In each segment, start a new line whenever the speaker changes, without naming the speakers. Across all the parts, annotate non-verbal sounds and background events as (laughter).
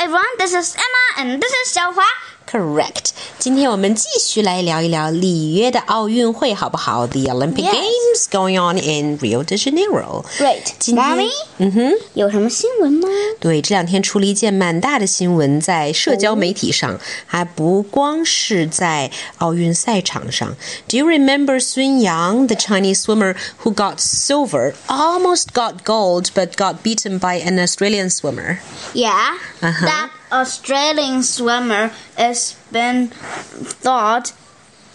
everyone. This is Emma and this is 小华。
Correct。今天我们继续来聊一聊里约的奥运会，好不好？The Olympic
Yes.
Games going on in Rio de Janeiro。
Great.
今天
Mommy，
嗯哼，
有什么新闻吗？
对，这两天出了一件蛮大的新闻，在社交媒体上，还不光是在奥运赛场上。Do you remember Sun Yang, the Chinese swimmer who got silver, almost got gold, but got beaten by an Australian swimmer?
Yeah,
Uh-huh.
that Australian swimmer has been thought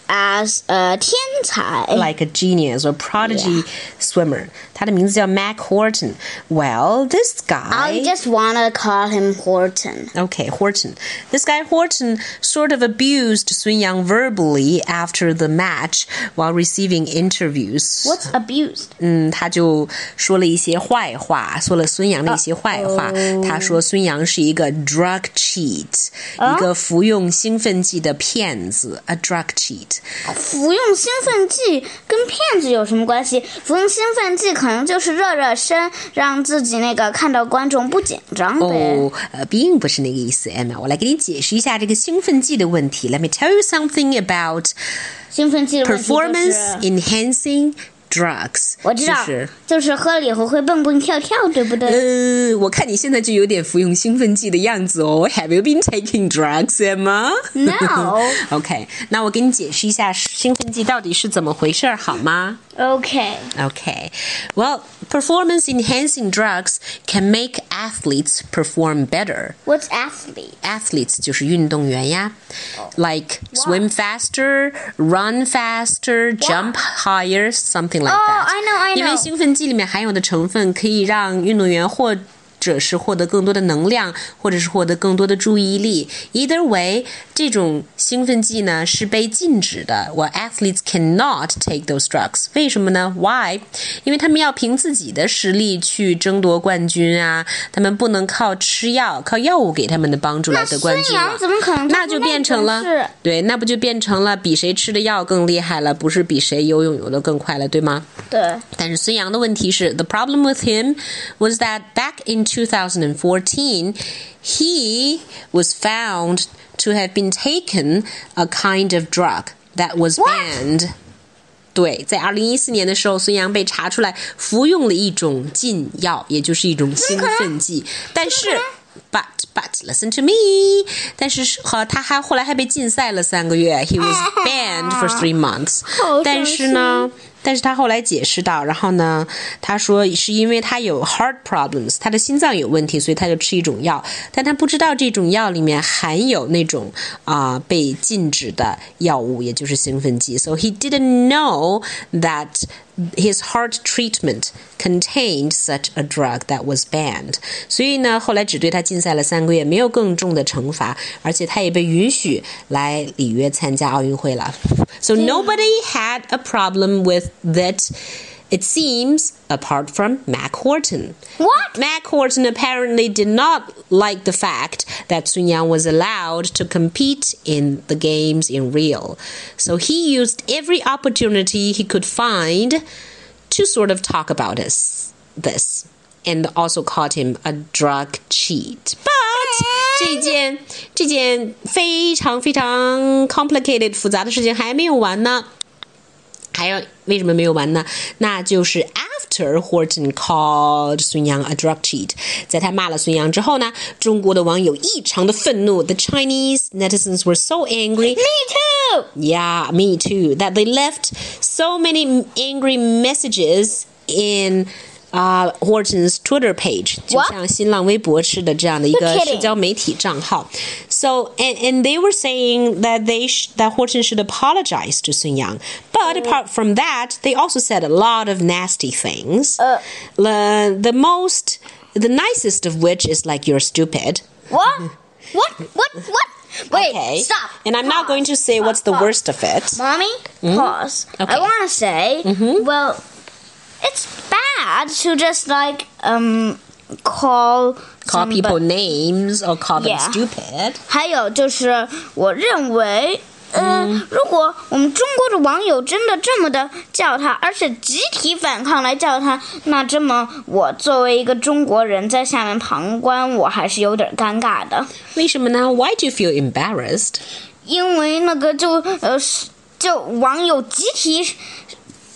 as a 天才。
like a genius or prodigy swimmer. 他的名字叫 Mac Horton. Well, this guy.
I just wanna call him Horton.
Okay, Horton. This guy Horton sort of abused Sun Yang verbally after the match while receiving interviews.
What's abused?
嗯，他就说了一些坏话，说了孙杨的一些坏话。他说孙杨是一个 drug cheat，、一
Uh？
个服用兴奋剂的骗子，a drug cheat。
服用兴奋剂跟骗子有什么关系？服用兴奋剂可能就是热热身，让自己那个看到观众不紧张呗。
哦，呃，并不是那个意思，Emma。我来给你解释一下这个兴奋剂的问题。Let me tell you something about
兴奋剂的问题就是
performance enhancing drugs。
我知道
就，是
就是喝了以后会蹦蹦跳跳，对不对？
呃，我看你现在就有点服用兴奋剂的样子哦。Have you been taking drugs, Emma? (laughs)
No.
OK，那我给你解释一下兴奋剂到底是怎么回事儿，好吗？
Okay.
Okay. Well, performance enhancing drugs can make athletes perform better.
What's athlete?
athletes 就是运动员呀、l i k e swim faster, run faster, jump higher, something like that.
Oh, I know, I know.
因为兴奋剂里面含有的成分可以让运动员或者是获得更多的能量，或者是获得更多的注意力。Either way，这种兴奋剂呢是被禁止的。我 athletes cannot take those drugs。为什么呢？Why？因为他们要凭自己的实力去争夺冠军啊，他们不能靠吃药、靠药物给他们的帮助来得冠军
孙杨
了。
怎么可能做出
那就变成
那种事
了对，那不就变成了比谁吃的药更厉害了，不是比谁游泳游得更快了，对吗？
对。
但是孙杨的问题是，the problem with him was that back in 2014, he was found to have been taken a kind of drug that was
What?
banned. 对，在二零一四年的时候，孙杨被查出来服用了一种禁药，也就是一种兴奋剂。但是，but but listen to me，但是是好，他还后来还被禁赛了三个月，he was banned for three months
好。伤
但是呢，但是他后来解释到，然后呢，他说是因为他有 heart problems，他的心脏有问题，所以他就吃一种药，但他不知道这种药里面含有那种啊、被禁止的药物，也就是兴奋剂。So he didn't know that his heart treatment contained such a drug that was banned。所以呢，后来只对他禁赛了三个月，没有更重的惩罚，而且他也被允许来里约参加奥运会了。So nobody had a problem with that. It seems, apart from Mac Horton.
What?
Mac Horton apparently did not like the fact that Sun Yang was allowed to compete in the games in Rio. So he used every opportunity he could find to sort of talk about this. this and also called him a drug cheat. But 这件这件非常非常 complicated 复杂的事情还没有完呢。还有为什么没有完呢？那就是 after Horton called 孙杨 a drug cheat，在他骂了孙杨之后呢，中国的网友异常的愤怒，the Chinese netizens were so angry。
Me too.
Yeah, me too. That they left so many angry messages in 啊、Horton's Twitter page，就
What?
像新浪微博似的这样的一个
You're kidding.
社交媒体账号。So and and they were saying that they sh that Horton should apologize to Sun Yang. But
Mm.
apart from that, they also said a lot of nasty things.
Uh.
the the most the nicest of which is like you're stupid.
What? What? What? What? Wait.
Okay.
Stop.
And I'm not
Pause.
going to say what's the
Pause.
worst of it.
Mommy, pause.
Mm-hmm。 Okay. Mm-hmm。
I want to say, well, it's bad to just like um call
call
somebody-
people names or call them
Yeah.
stupid.
还有就是，我认为呃，
嗯
如果我们中国的网友真的这么的叫他，而且集体反抗来叫他，那这么我作为一个中国人在下面旁观，我还是有点尴尬的，
为什么呢？Why do you feel embarrassed？
因为那个就呃是就网友集体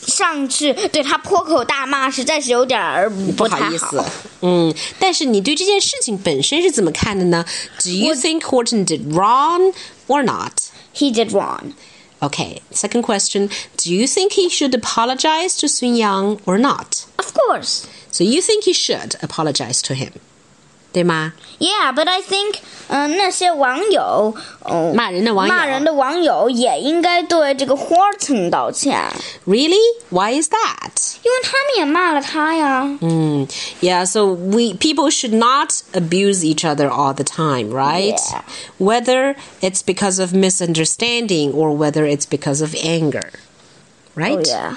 上去对他破口大骂，实在是有点儿
不
太
好意思，嗯，但是你对这件事情本身是怎么看的呢？Do you think Horton did wrong or not?
He did wrong.
Okay, second question. Do you think he should apologize to Sun Yang or not?
Of course.
So you think he should apologize to him. 对吗？
Yeah, but I think，嗯、那些网友，哦，
骂人的网友
骂人的网友也应该对这个 Horton 道歉，
Really? Why is that?
因为他们也骂了他呀。
Mm, yeah, so we people should not abuse each other all the time, right?
Yeah.
Whether it's because of misunderstanding or whether it's because of anger, right?
Oh yeah.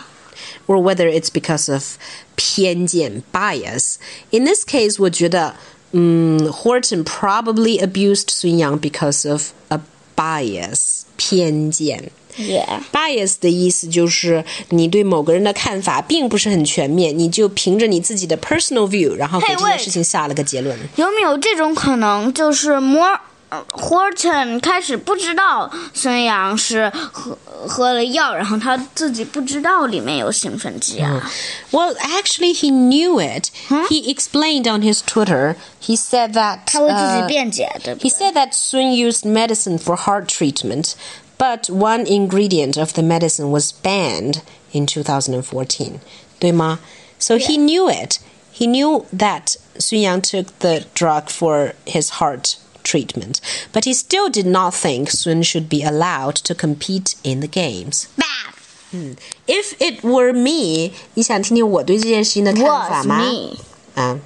or whether it's because of 偏见 bias. In this case, 我觉得，嗯，Horton probably abused Sun Yang because of a bias 偏见。
Yeah.
bias 的意思就是你对某个人的看法并不是很全面，你就凭着你自己的 personal view，然后给
Hey,
这件
wait.
事情下了个结论。嗯
有没有这种可能，就是摩、呃、Horton 开始不知道孙杨是喝喝了药，然后他自己不知道里面有兴奋剂啊？
Well, actually, he knew it. He explained on his Twitter. He said that
他为自
uh,
己辩解，对不对？
He said that Sun used medicine for heart treatment, but one ingredient of the medicine was banned in 2014. 对吗? So he knew it. He knew that Sun Yang took the drug for his heart treatment, but he still did not think Sun should be allowed to compete in the games.
Bad
If it were me, 你想听听我对这件事情的看法吗？
was me.
um,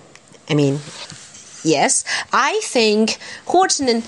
I mean, yes, I think Horton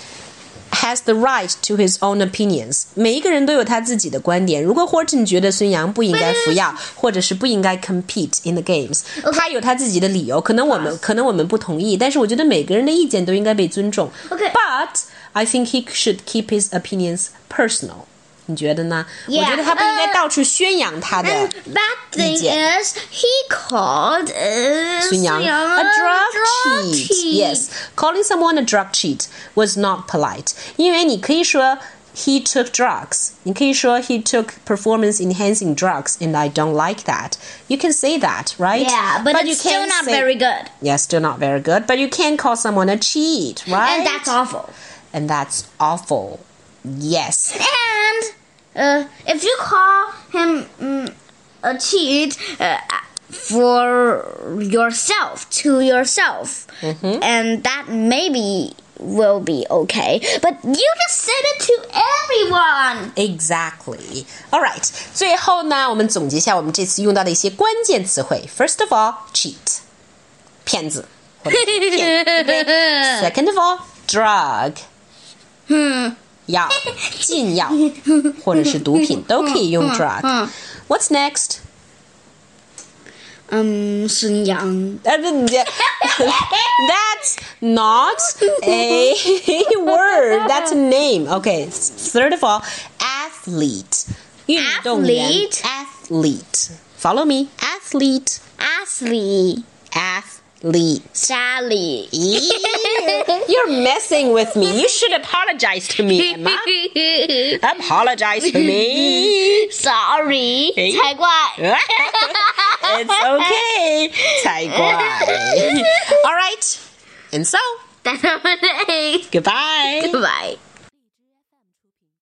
has the right to his own opinions. 每一个人都有他自己的观点。如果 Horton 觉得孙杨不应该服
(laughs)
药，或者是不应该 compete in the games，他有他自己的理由。可能我
Uh
们可能我们不同意，但是我觉得每个人的意见都应该被尊重。
Okay.
But I think he should keep his opinions personal. 你觉得呢
Yeah,
我觉得他不应该
呃嗯
到处宣扬他的。
And bad thing
理解。
is he called uh,
Sun Yang,
Yang
a drug cheat.
cheat.
Yes, calling someone a drug cheat was not polite. 因为你可以说 he took drugs. 你可以说 he took performance enhancing drugs, and I don't like that. You can say that, right?
Yeah, but,
you
it's still
can't
not
say-
very good.
Yeah, still not very good. But you can call someone a cheat, right?
And that's awful.
and that's awful. Yes.
And uh, if you call him mm, a cheat uh, for yourself, to yourself,
Mm-hmm.
and that maybe will be okay. But you just said it to everyone.
Exactly. All right. 最后呢，我们总结一下我们这次用到的一些关键词汇。First of all, cheat，骗子。Second of all, drug，药、禁药或者是毒品都可以用 drug。What's next?
um, Sun Yang.
Uh, th- (laughs) That's not a (laughs) word. That's a name. Okay. s- Third of all, athlete. 运动员
Athlete?
Athlete. Follow me. Athlete.
Ashley.
Athlete. (laughs)
Sally.
You're messing with me. You should apologize to me, (laughs) Emma. Apologize to me. (laughs)
Sorry.
Hey.
(laughs) 才怪。
it's okay. 才怪. All right. And so,
That's all.
goodbye.
Goodbye.